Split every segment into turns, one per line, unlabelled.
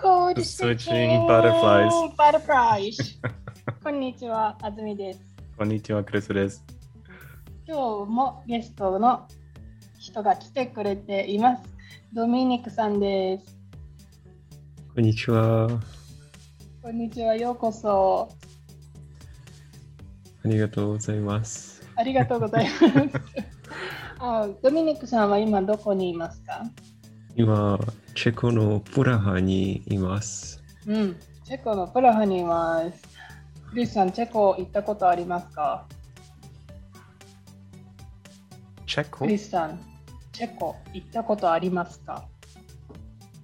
こうで
Searching butterflies
バタフライ ズ。こんにちは、あずみです。
こんにちは、クリスです。
今日もゲストの人が来てくれています。ドミニクさんです。
こんにちは。
こんにちは、ようこそ。
ありがとうございます。
ありがとうござい ます。あドミニクさんは今どこにいますか
今、チェコのプラハにいます。
うん、チェコのプラハにいます。クリスさん、チェコ行ったことありますか
チェコ
クリスさん、チェコ行ったことありますか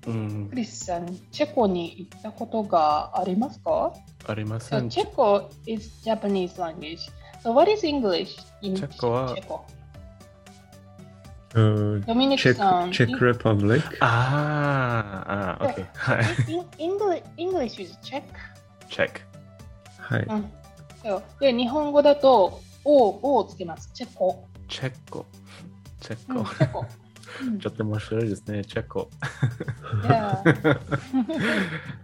うん
ク、リスさん、チェコに行ったことがありますか
ありませ
So
ん。
Checo is Japanese language. So what is English in
チェコは
Checo?
うんチ
Dominic
ェ
さん
クチェクレパブリック。
あーあー、OK。はい。
in, English, English is Czech.
チェック。
はい。
うん、そうで、日本語だと O をつけます。チェコ。
チェッコ。チェ
う
ッ
ん、
コ。
チェ コ。うん
ちょっと面白いですね、チェッコ。
Yeah
あ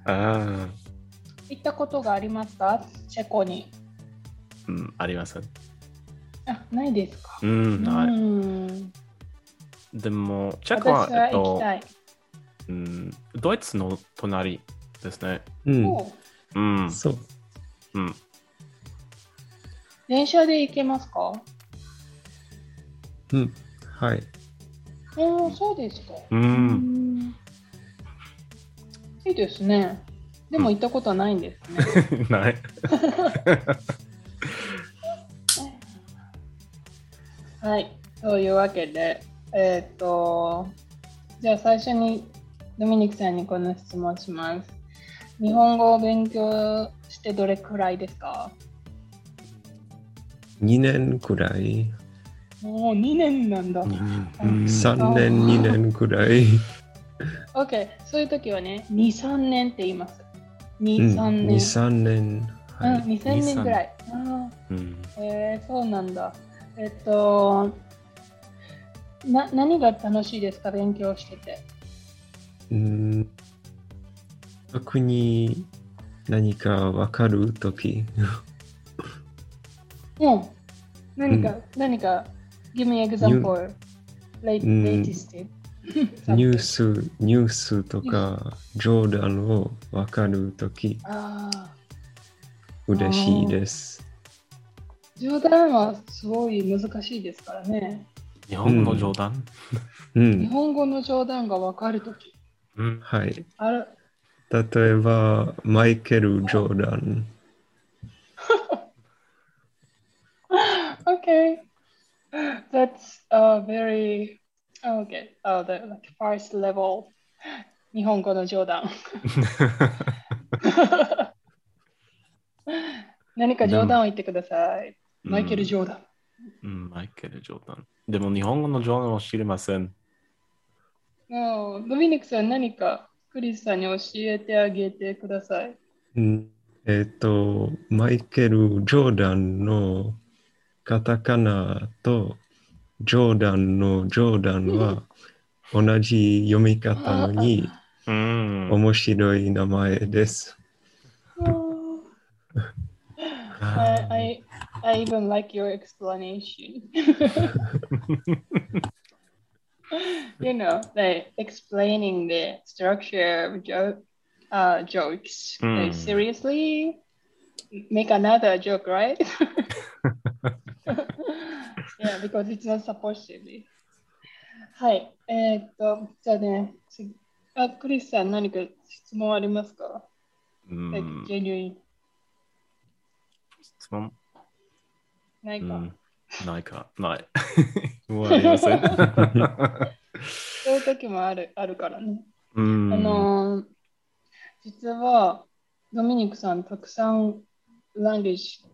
あ、
行ったことがありますかチェコに。
うん、ありません。
あ、ないですか。
うん、はい。
うん
でも、チェックは
私、は
えっ
行き
と、
たい。
うん、ドイツの隣ですね。
うん。
お
うん、
そう。
うん。
電車で行けますか
うん。はい。
うん、そうですか。
う。
うんんいいですね。でも行ったことはないんですね。
ない。
はい。というわけで、えっ、と、じゃあ最初にドミニクさんにこの質問します。日本語を勉強してどれくらいですか
2年くらい。
もう2年なんだ。
うん
3年、2年くらい。
OK。そういう時はね、2、3年って言います。2、
うん
3年。
2、3年。
うん、
はい。
2、3年ぐらい。あー
うん
えー、そうなんだ。えっと、な何が楽しいですか、勉強してて。
うん。特に何かわかるとき。
うん。何か、
う
何か、give me example. Late,
うん
latest.
ニュース、ニュースとか冗談をわかるとき、
ああ、
嬉しいです。
冗談はすごい難しいですからね。
日本の冗談
う
日
ん。
本語の冗談が分かるとき。
うん。
はい。
あら、
例えば、マイケル・ジョーダン。
okay. That's a very, okay, uh, the like, first level 日本語の冗談。何か冗談を言ってください。マイケル・ジョーダン。
うん、マイケル・ジョーダン。でも日本語の冗談を知りません。
もうドミニクさん、何かクリスさんに教えてあげてください。
うんえっ、と、マイケル・ジョーダンのカタカナとジョーダンのジョーダンは同じ読み方なのに
うん
面白い名前です。
I, I, I even like your explanation. you know, like explaining the structure of jo- uh, jokes. Like,
Hmm.
seriously? Make another joke, right? yeah, because it's not supposed to be. eh, はい。えーっと、じゃあね、次あ、クリスさん、uh, 何か質問ありますか、
う
like,
ん
genuine
質問
ないうか、
んないか。ない。もうありません。
そういう時もあるあるからね。
うん
あのー実はドミニクさんたくさんランゲージ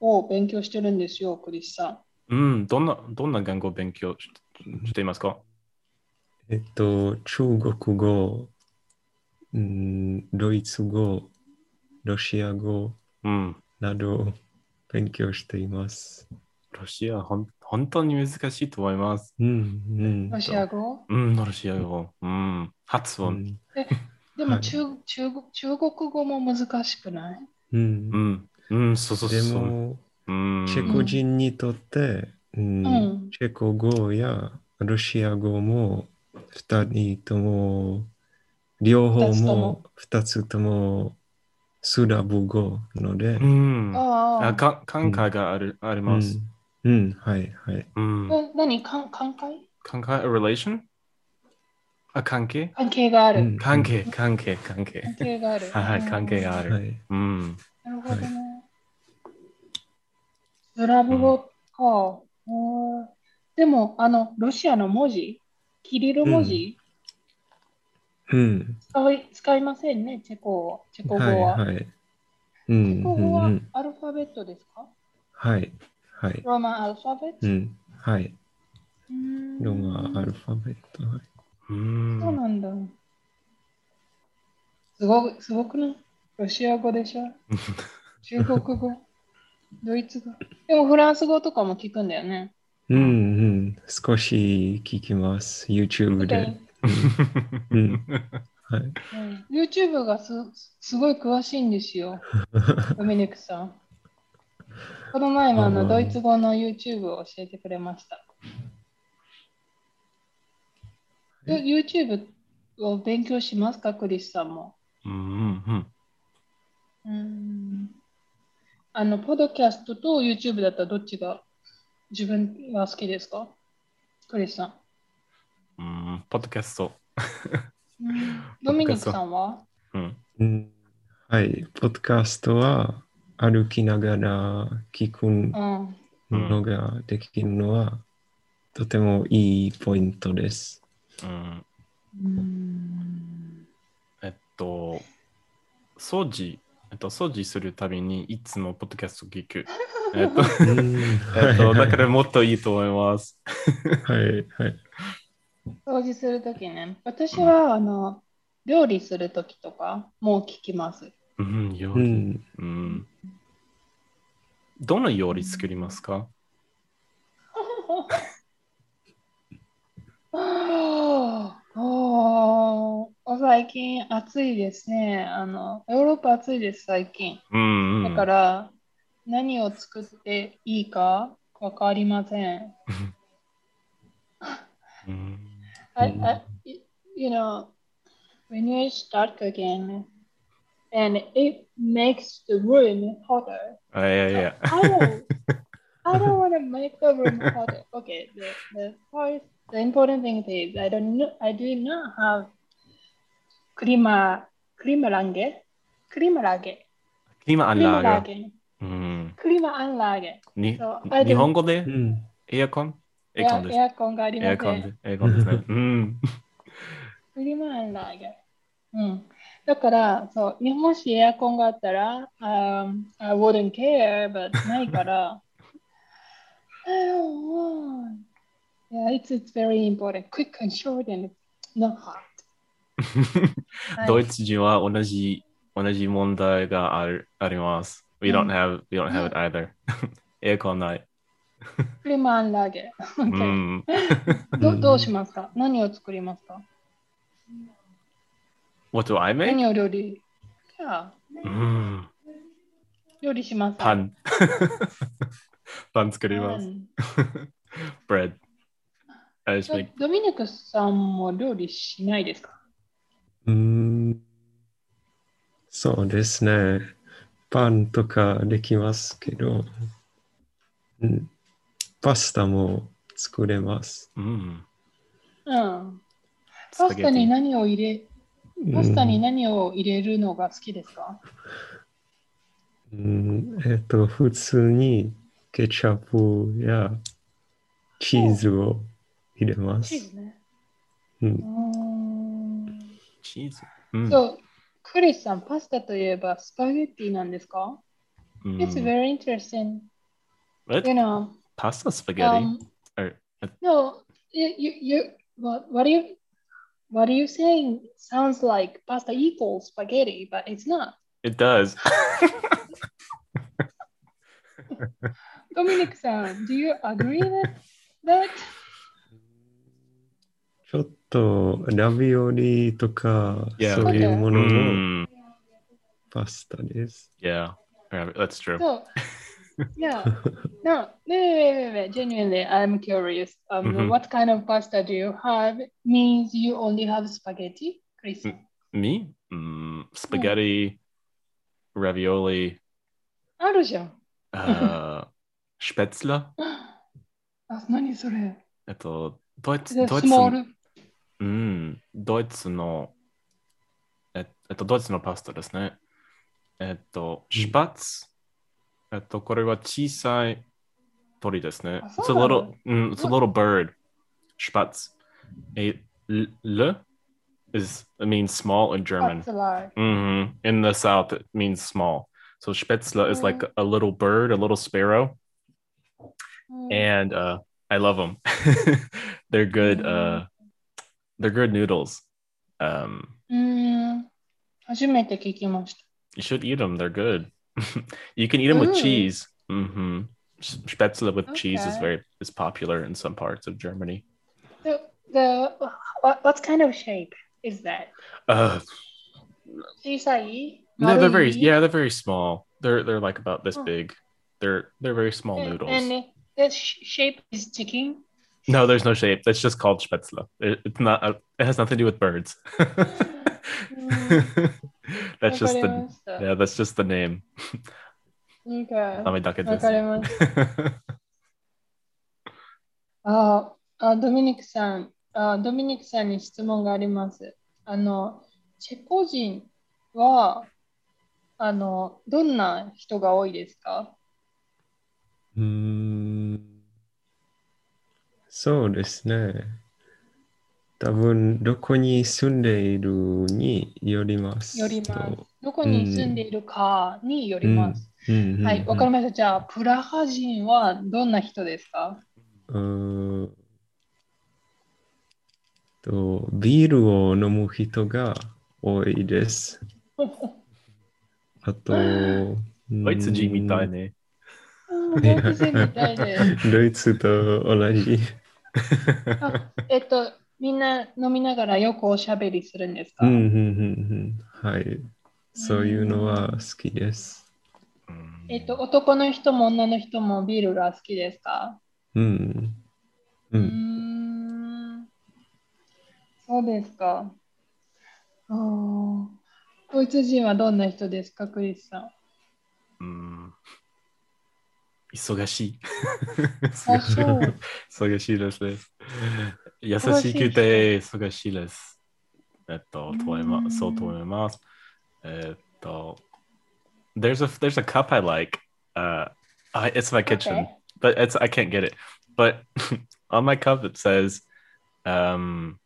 を勉強してるんですよ、クリスさ
うん、どんな、どんな言語を勉強ししていますか
えっ、と、中国語、うん、ドイツ語、ロシア語
うん。
など勉強しています。
ロシア、ほん本当に難しいと思います。
うん、うん
ん。ロシア語
うん、ロシア語。うん。発
う
音。
ん。
ででも
はい
中,、中国中国語も難しくない
うん
う。ん。うん、そうそう
で
そう。
も、
うん、
チェコ人にとって、うん
うん
チェコ語やロシア語も2人とも、両方も2つともスラブ語ので
う、ん。
ああ
あ、か感慨がある、あり
うん
ます。、
うんはいはい。
うん。
な何かん関係
関係、a relation? あ、関係
関係がある、
うん
関係、関係、関係。
関係がある
はいはい、関係があ
は
る。
い。
うん。
なるほどね。スラブ語か。うんでも、あの、ロシアの文字、キリル文字、
うん、
使い使いませんね、チェコは。チェコ語
はい
は。
はい。う
チェ
ん、
コ
う
語
ん、う
は
ん。
アルファベットですか
はい。はい。
ローマンアルファベット、
うん、はい。
うん
ローマアルファベット。はい
うん。
そうなんだ。すごく、すごくないロシア語で しょ中国語ドイツ語でもフランス語とかも聞くんだよね。
うん、うん。少し聞きます。YouTube で。うん。はい。
YouTube がすすごい詳しいんです よ、ドミニクさん。この前もあ
う
の
ん
ドイツ語の YouTube を教えてくれました。よ YouTube を勉強しますか、クリスさんも。
うんうん
うんあの、ポッドキャストと YouTube だったらどっちが自分は好きですかクリスさ
うん。うん。ポッドキャスト。
ん。ドミニクさんは
うん。
うんはい。ポッドキャストは歩きながら聞く
うん。
のができるのはとてもいいポイントです。
うん。
うん
えっと、掃除、えっと、掃除するたびにいつもポッドキャスト聞く。えっと、えっと、だからもっといいと思います。
はいはい。
掃除するときね。私は、あの、料理するときとか、もう聞きます。
うん、よ
う
り。
ん。
うん。どの料理作りますか
あーおー最近暑いですね。あの、ヨーロッパ暑いです、最近。
うん、う
だ
ん。
から、何を作っていいかわかりません。
うん。
I,
うん
I, you know, when you start cooking and it makes the room hotter,
あいやいや。
I don't, I don't want to make the room hotter. Okay, the, the first, the important thing is I don't know, I do not have klima, klimarange, klimarage,
今、アンラーが。
klimarage,
うん。
klimaanlage.
に
So I
日
don't
本語で
うん。
エアコンエアコンです
エ。アコンがありま
エ
せ
アコン
ん。
で。エアコンですね。うん。
クリマンラーゲうん。だから、そう、ねもしエアコンがあったら、um, I wouldn't care, but ないから。I don't want. Yeah, it's, it's very important. Quick and short and not hot. はい
ドイツ人は同じ同じ問題があるあります。We
う
don't
ん
have, we don't have it either. エアコンない。Mm.
クリマンラーゲ
う
OK
ん。
どどうしますか何を作りますか
What do I make? Mm.
何を料理じゃあ、
うん。
料理します
パ。ン。 パン作りま
う
す。
ん
Bread. I just
ド
make
ドミニクさんも料理しないですか
うん。そうですね。パンとかできますけど、うん、パスタも作れます。
うん。
うん。
ス
パ
パゲ
ス
テ
タに
ィ。
何を入れ、
うん
パスタに何を入れるのが好きですか、
うんえっと、普通にケチャップやチーズを入れま
チ
す
ー。ズね。
う
うー
ん、
ん。
チーズ。うん。
そう、クリスさん、パスタといえばスパゲッティなんですか、
うん
?It's very interesting.
Mm. What?
You know,
Pasta spaghetti?
um,
Or-
no, you, you, you, what, what, do you, what are you saying sounds like pasta equals spaghetti, but it's not.
It does.
ドミニクさん、do you agree that? that?
ちちょっとラビオリとか、
Yeah.
そういうものの
Mm,
パスタです。
yeah. Yeah, that's true.
So, yeah. No, wait, wait, wait, wait, wait. Genuinely, I'm curious. Um,
Mhm.
What kind of pasta do you have? Means you only have spaghetti, Chris?
Mm. Me? Mm, spaghetti, ravioli,
ある じゃん。
uh, Spätzle.
あ、何それ
えっと、ドイツ、
で
ドイ
ス
ツ、
モール。
うん、ドイツの、ええっと、ドイツのパスタですね。えっと、
うん
シュパッツ。えっと、これは小さい鳥ですね
あ。そう
It's a
なの
little, うん、it's a little bird. シュパッツ。え、ル le is, it means small in
パ
German.
ツラ
hmm In the South, it means small. So Spätzle is
Mm-hmm.
like a little bird, a little sparrow,
イ。
and uh, I love them. they're good. Uh, they're good noodles. Um,
うん。初めて聞きました。
you should eat them. They're good. you can eat them with
Mm.
cheese. hmm Spätzle with cheese is
Okay.
very is popular in some parts of Germany.
So, the, what, what kind of shape is that?
Uh,
小さい
no, they're
丸
very
い
yeah, they're very small. They're they're like about this
Oh.
big. They're they're very small
And-
noodles.
And the sh- shape is chicken.
No, there's no shape. That's just called Spätzle. It- It's not. uh, It has nothing to do with birds.
Mm.
that's just
わかり
the
ました。
yeah. That's just the name.
なんか、わ かり
Namidake
ました。ああ、ドミニクさんあ、ドミニクさんに質問があります。あの、チェコ人は、あの、どんな人が多いですか
うーんそうですね。多分、どこに住んでいるによります。
よります。どこに住んでいるかによります。
す。うんうん
はい、わかりました。じゃあ、プラハ人はどんな人です か
うーんと、ビールを飲む人が多いです。あと、ド
Oitsuji
うん、ドイツ人みたいです。
ドイツと同じ。
あえっと、みんな飲みながらよくおしゃべりするんです
う
か、
んうんうんうん。はい。そういうのは好きです。
えっと、男の人も女の人もビールが好きですか
うん。う。
うんーんそうですか。あードイツ人はどんな人ですか、クリスさん。
忙しい。
あ、そう。うん。
忙しいですね。優しくて忙しいです。えっと、と思います。そうと思います。えっと、There's a, there's a cup I like. Uh, I, it's my kitchen,
Okay.
but it's I can't get it. But on my cup it says, um,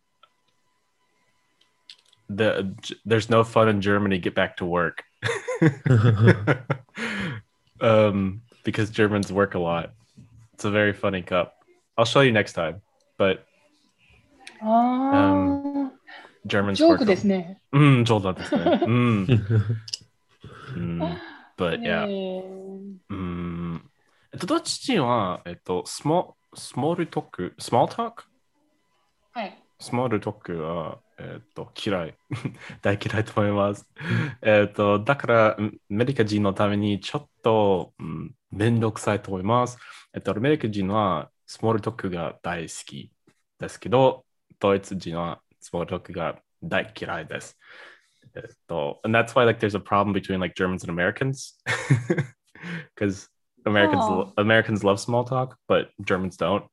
the there's no fun in Germany. Get back to work. um, because Germans work a lot. It's a very funny cup. I'll show you next time. But
あ
Germans
あ、ジョー
work.
クですね。
Mm, 冗談ですね。Mm, mm. But
ね
yeah.
え
Mm. えっと、どっちは、えっと、small, small talk, small talk?
はい。
スモールトックは、えーっと、嫌い。 大嫌いと思います。えーっと、だから、うんアメリカ人のためにちょっと、うん、めんどくさいと思います。えっと、アメリカ人はスモールトックが大好きですけど、ドイツ人はスモールトックが大嫌いです。えっと、and that's why like there's a problem between like Germans and Americans. Because Americans,
Oh.
Americans love small talk, but Germans don't.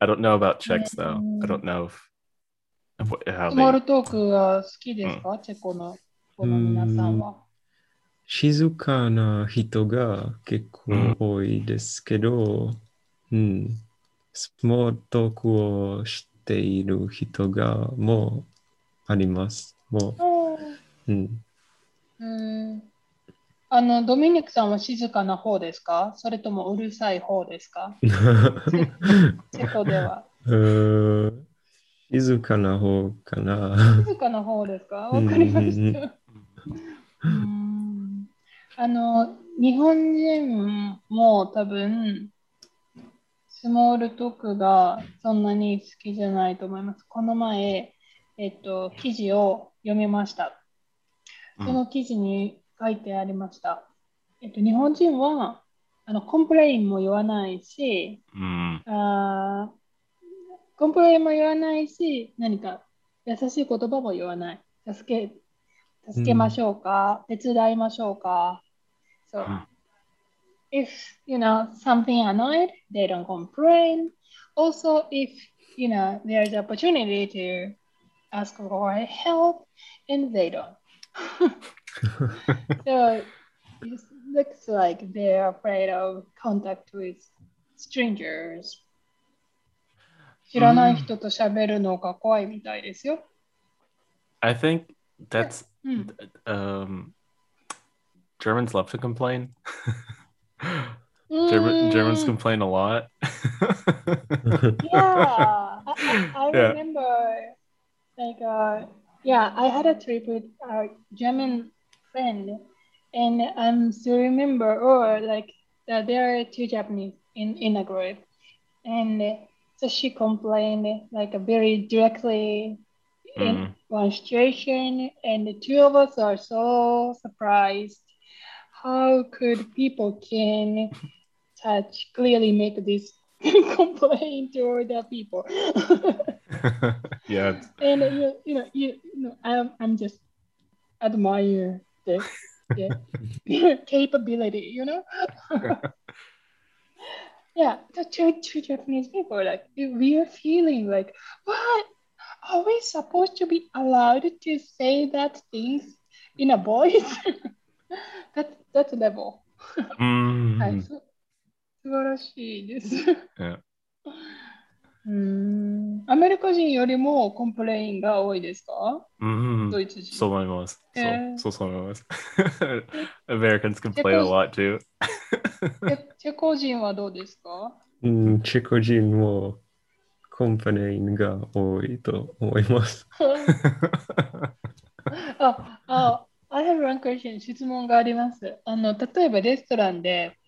I don't know about Czechs though. I don't know if, if what- how
スモール
they.
トークは好きですか、チェコのこの皆さんは。
静かな人が結構多いですけど、うん。スモールトークをしている人がもうあります。もう、うん。
うんあのドミニクさんは静かな方ですかそれともうるさい方ですかチェコでは。
うーん静かな方かな。
静かな方ですか
う
わ
ん
かりました。うんあの日本人も多分スモールトークがそんなに好きじゃないと思います。この前、えっと、記事を読みました。
うん
その記事に書いてありました。えっと、日本人はあのコンプレインも言わないし、
うん。
あーコンプレインも言わないし、何か優しい言葉も言わない。助け助けましょうか、手伝いましょうか。そう
うん
if you know something annoyed, they don't complain. Also, if you know there's opportunity to ask for help, and they don't. so it looks like they're afraid of contact with strangers.
Hmm.
知らない人と喋るのが怖いみたいですよ。
I think that's
うん、
um, Germans love to complain.
Mm.
German, Germans
うん
complain a lot.
yeah, I, I, I
Yeah.
remember. Like, uh, yeah, I had a trip with a German friend, and I'm still remember, or like that there are two Japanese in in a group, and so she complained like very directly in
Mhm.
one situation, and the two of us are so surprised. How could people can touch clearly make this complaint to other people?
yeah, it's-
and uh, you, you know, you, you know, I'm, I'm just admire this yeah, capability, you know. yeah, the two, two Japanese people, like we are feeling like, what are we supposed to be allowed to say that things in a voice? that that level. はい、
Mm.
す素晴らしいです。
え
うーんアメリカ人よりもコンプレインが多いですか、
Mhm.
ドイツ人。
So many was.
Yeah.
So, so so many was. Americans complain a
Because-
lot too.
チェチェコ人はどうです か
うん、チェコ人もコンプレインが多いと思います。
あ、あ、I have one question. 質問があります。あの、例えばレストランで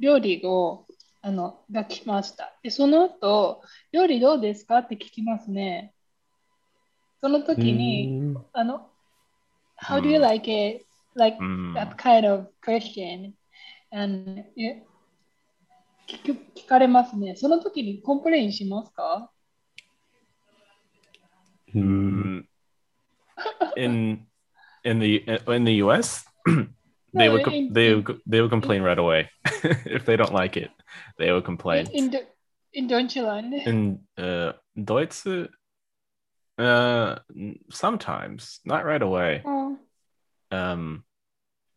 料理を、あの、が来ました。で、その後、料理どうですかって聞きますね。その時に、
うん
あの、How
Hmm.
do you like it? Like
Mm.
that kind of question. And, え聞く聞かれますね。その時にコンプレインしますか
Mm. in in the in the U.S. they
No,
would com-
in-
they
in-
would, co- they would complain right away if they don't like it. They would complain.
in, the- in Deutschland?
In uh, Deutsch, uh, sometimes not right away.
うん
Um,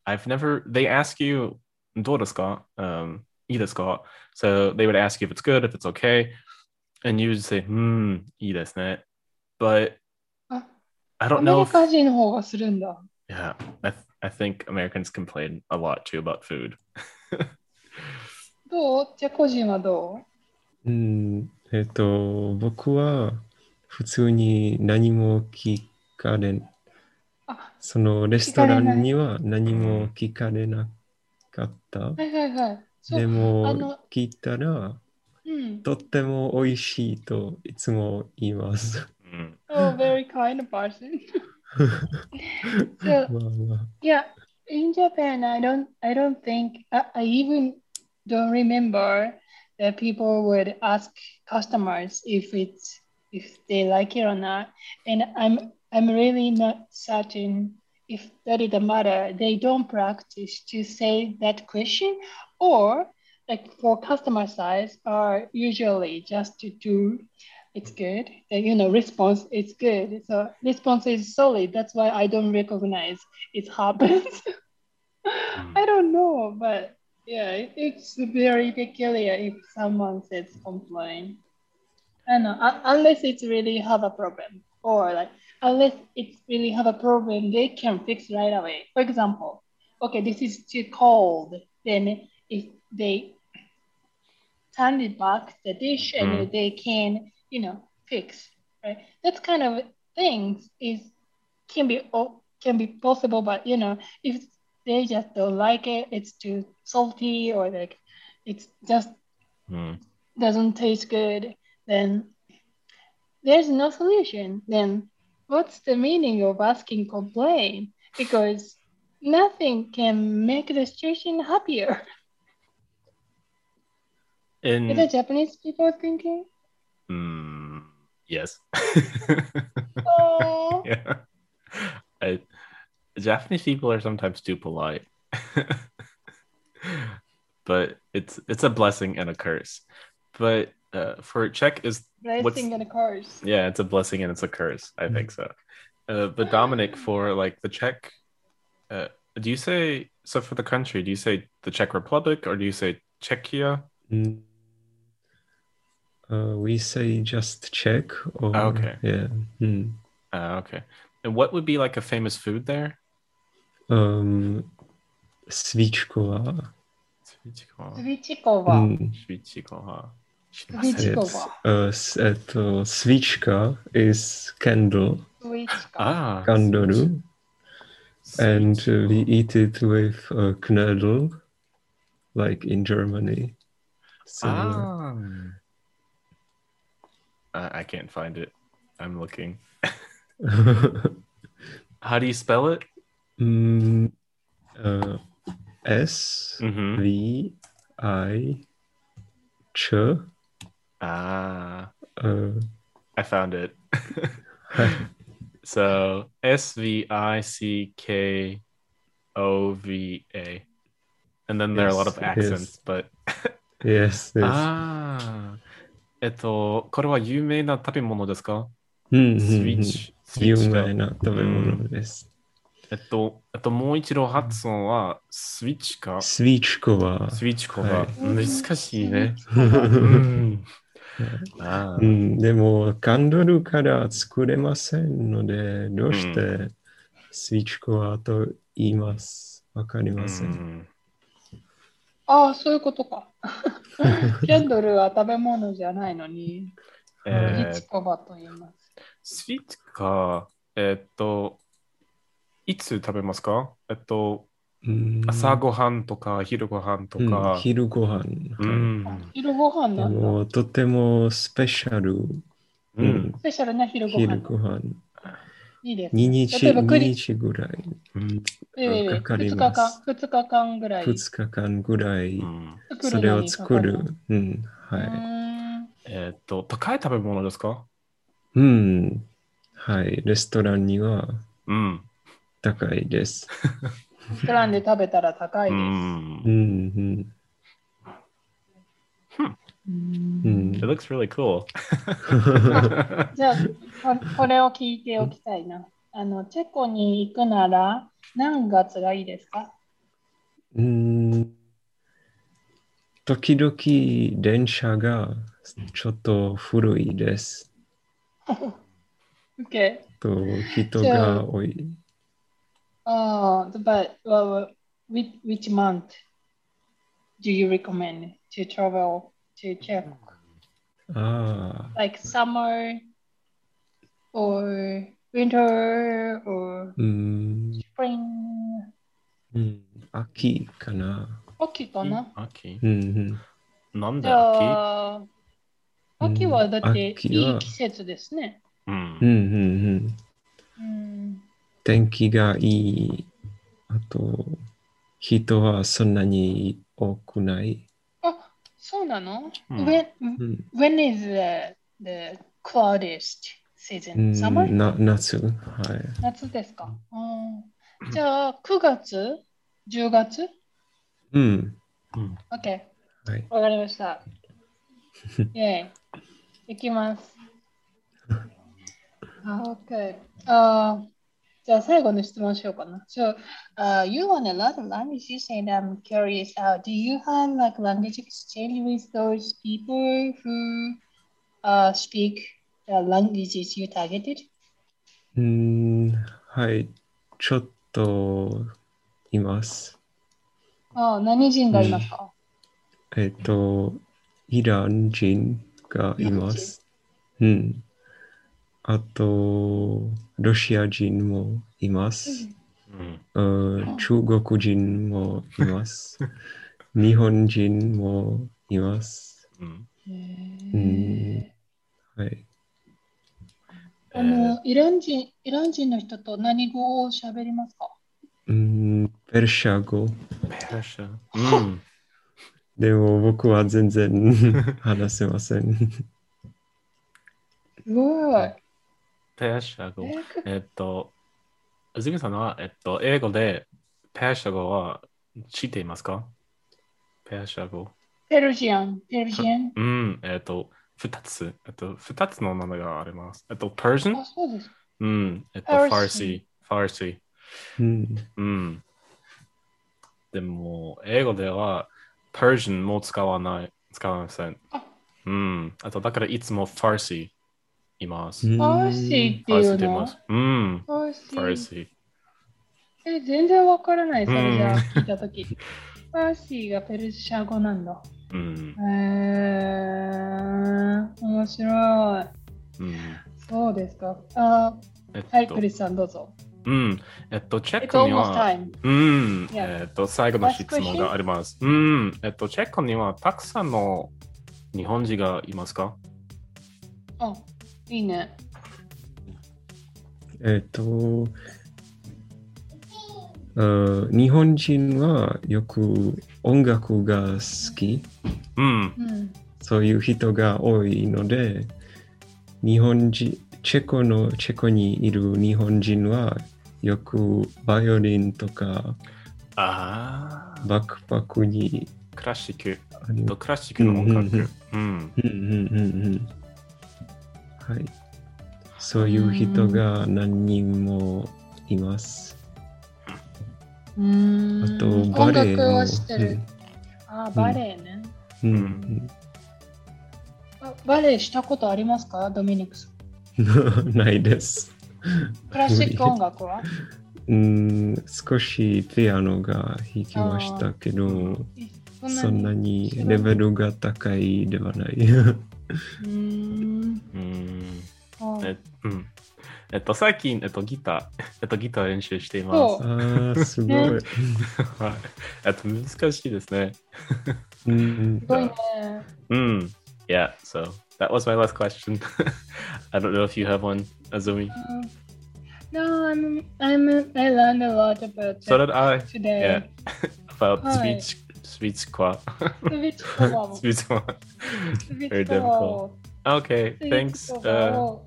I've never. They ask you, "どうですか?" Um, いいですか? So they would ask you if it's good, if it's okay, and you would say, "Hmm, いいですね." But
あア
I don't
メ
know.
リ
If,
カ人の方がするんだ。
yeah, I, th- I think Americans complain a lot too about food.
どうチェコ人はど
うん、えっと、僕は普通に何も聞かれ、
うあ、
そのレストランには何も聞かれなかった。
はいはいはい。そ
で
う、あ
も
の、
聞いたら、
うん。
とっても美味しいといつも言います。
Mm.
Oh, very kind person. so,
まあまあ。
yeah, in Japan, I don't, I don't think, I, I even don't remember that people would ask customers if it's, if they like it or not. And I'm, I'm really not certain if that is the matter. They don't practice to say that question, or like for customer size, are usually just to do it's good. And, you know, response it's good. So response is solid. That's why I don't recognize it happens. I don't know, but yeah, it, it's very peculiar if someone says complain. I don't know, un- unless it's really have a problem or like unless it's really have a problem, they can fix right away. For example, okay, this is too cold. Then if they turn it back the dish and they can, you know, fix right. That kind of things is can be o- can be possible, but you know, if they just don't like it, it's too salty or like it's just
Mm.
doesn't taste good, then there's no solution. Then what's the meaning of asking complain? Because nothing can make the situation happier. Is the
In,
Japanese people thinking?
mm, yes.
Oh,
yeah. I, Japanese people are sometimes too polite. but it's it's a blessing and a curse. But uh, for Czech is
blessing and a curse.
yeah, it's a blessing and it's a curse. I think so. Uh, but Dominic, for like the Czech, uh, do you say so for the country? Do you say the Czech Republic or do you say Czechia?
Mm. Uh, we say just check or
Ah, okay.
yeah. Mm.
Uh, okay. And what would be like a famous food there?
Um, svíčková.
Svíčková. Hmm.
Svichikova.
Mm.
Svíčková.
Svichikova.
Uh, s- uh, to svíčka is candle,
Svichikova.
Ah,
candle, and uh, we eat it with uh, knödel, like in Germany. So,
Ah. I, I can't find it. I'm looking. How do you spell it?
mm, uh, S
Mm-hmm.
V I Ch.
Ah,
Uh,
I found it. so S V I C K O V A, and then there are a
Yes,
lot of
yes.
accents, but
yes, yes.
Ah, ああ、えっと、これは有名な食べ物ですか、
うんうんうん
スイッチ。スイッ
有
チだ
名な食べ物です。
えっと、えっと、もう一度発音はスイッチか、ス
スイーチコは、
イッチかが、
はい
難しいね。
う
うん。あ
う
ー
ん、でも、カンドルから作れませんので、どうしてスイーチコはと言いますわかり
う
ません。
ん
ああ、Ah, そういうこと か。 キャンドルは食べ物じゃないのに、ス
えー
チコバと言います。
スイーツか、えーっと、いつ食べますかえっと、
うん
朝ごはんとか昼ごはんと
うん
か。
昼ご飯。
うん。
昼ご飯
で
なんだ。
も、とてもスペシャル。
うん。うん
スペシャルな昼ご
昼
飯。
ご飯。
いいですね。
2日、
例えばク
2
リ
日ぐらい。
ええ
かかり
2
ま
日
す
間、2日間ぐらい
2日間ぐらい。
うん
作
そ
る
れ
の
を
にかか
作
る
る。うん、
う
は
ー
い。
ん
えーっと、高い食べ物ですか
うん。はい。レストランには
うん。
高いです。
レストランで食べたら高いうです。
うんん、
う
うん。うんん
It。looks really cool.
じゃあこ、これを聞いておきたいな。あの、チェコに行くなら何月がいいですか
うん。時々電車がちょっと古いです。
?Okay.
と人が多い。
Oh, but well, which, which month do you recommend to travel to Czech?
あ
Like summer or winter or
あ。うん。
spring?
うん、秋かな。
秋かな
秋
うん、うん。
なん
じ
で秋
ゃあ、秋はだってい
うん秋はい
季節ですね。
う。
うんん、うん、うん。
うん、
天気がいい。あと、人はそんなに多くない。
あ、そうなの、
うん
when,
うん。
when is the, the cloudest
う
season?
ん
Summer?、
な夏はい。
夏ですか、うん、じゃあ、9月 ?10 月
うん。
?OK。
はい。
わかりました。イェイ。いきます。あ、OK。あーじゃあ最後の質問しようかな。So, uh, you learn a lot of languages and I'm curious, uh, do you have like language exchange with those people who uh, speak the languages you targeted?
うん、はい。ちょっといます。
あー何人がいますか、
えっと、イラン人がいます。うん。あと、ロシア人もいます。
うん
うん中国人もいます。日本人もいます。
うん
へ
う
ー
んはい。
あの、イラン人、イラン人の人と何語を喋りますか
うん、ペルシャ語。
えーペルシャ。うん。
でも僕は全然 話せません。
すごい。
ペルシャ語。
え
えっと、ズミさんは、えっと、英語でペルシャ語は知っていますかペルシャ語。
ペルシアン、ペルシアン。
うん、えっと、二つ。えっと、二つの名前があります。えっと、ペルシャン
あ、そうです。
うん、えっと、ファー
Persian
シー、ファーシー。
うん、
うん。でも、英語では、ペルシャンも使わない、使わません。
あ、
うん。あと、だからいつもファーシーいます。
ファーシーって
ファーシ
いう
ーって言い
の
ます。うん。
ファ
ファ
ー
ー
シー。
シー。
え、全然わからない、それじゃ
うん
あ聞いたとき。ファーシーがペルシャ語なんだ。
うん
へ。ー、面白い。
うん
そうですか。あ
えっと
はい、クリスさん、どうぞ。
うん。えっと、チェッ
It's
クに
almost
は、
time.
うん。
Yeah.
えっと、最後の質問があります。うん。えっと、チェックには、たくさんの日本人がいますか
あ、いいね。
えっ、と、あ日本人はよく音楽が好き、
うん。
うん。
そういう人が多いので、日本人、チェコの、チェコにいる日本人はよくバイオリンとか
ああ。
バックパックに
クラシック。
あり
えっとクラシックの音楽。う
うんう
ん。
んうんうん。はい。そういう人が何人もいます。
うー
あ
ん
と、バレエ
音楽
も。
は知ってる。あ、バレエね、
うんうん
ばバレエしたことありますかドミニクさん。
うん ないです。
クラシック音楽は
うん、少しピアノが弾きましたけど、
え
そんなに
そんなに
レベルが高いではない。
うーん。
うん。
あ
え、うん。えっと、最近、えっと、ギター、 えっと、ギター練習しています
そ。
ああ、すごい。
ね
はい。えっと、難しいですね。
うん
すごいね。
Mm. Yeah. So that was my last question. I don't know if you have one, Azumi.
うん No, I'm, I'm, I learned a lot about
So did I.
today.
About
Hi.
speech, speech qua,
スビッチコバも。
speech qua.
スビッ
Very
チコバを。
Okay.
スビッ
thanks.
チコバ
Uh,
を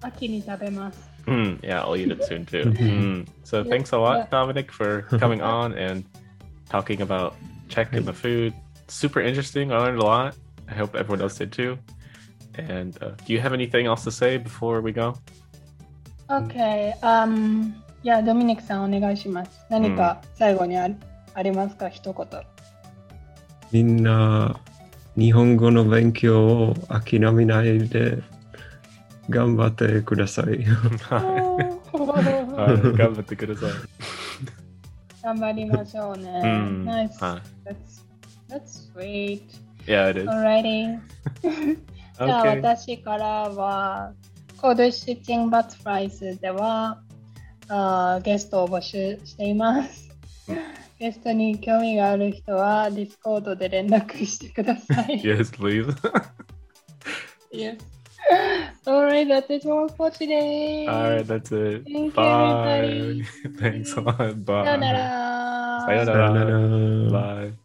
秋に食べます。
mm, yeah, I'll eat it soon too.
Mhm.
Mm. So
Yeah.
thanks a
Yeah.
lot, Dominic, for coming on and talking about Czech and the food. Super interesting. I learned a lot. I hope everyone else did too. And uh, do you have anything else to say before we go?
Okay. Um, いや、ドミニクさんお願いします。何か最後にあ,、ありますか一 言。
みんな日本語の勉強を諦めないで頑張ってください。
はい頑張ってください。
頑張りましょうね。
うん。
nice.
は
That's, that's sweet.
い。Yeah, it is.
Alrighty. じゃあ
Okay.
私からは、コードシッチングバツフライスではあーゲストを募集しています。ゲストに興味がある人はディスコードで連絡してください。
Yes, please.
Yes. Alright, that's it all for today.
All right, that's it.
Thank you,
Bye.
everybody.
Thanks a lot. Bye.
さよなら。
さよなら
さよなら
Bye.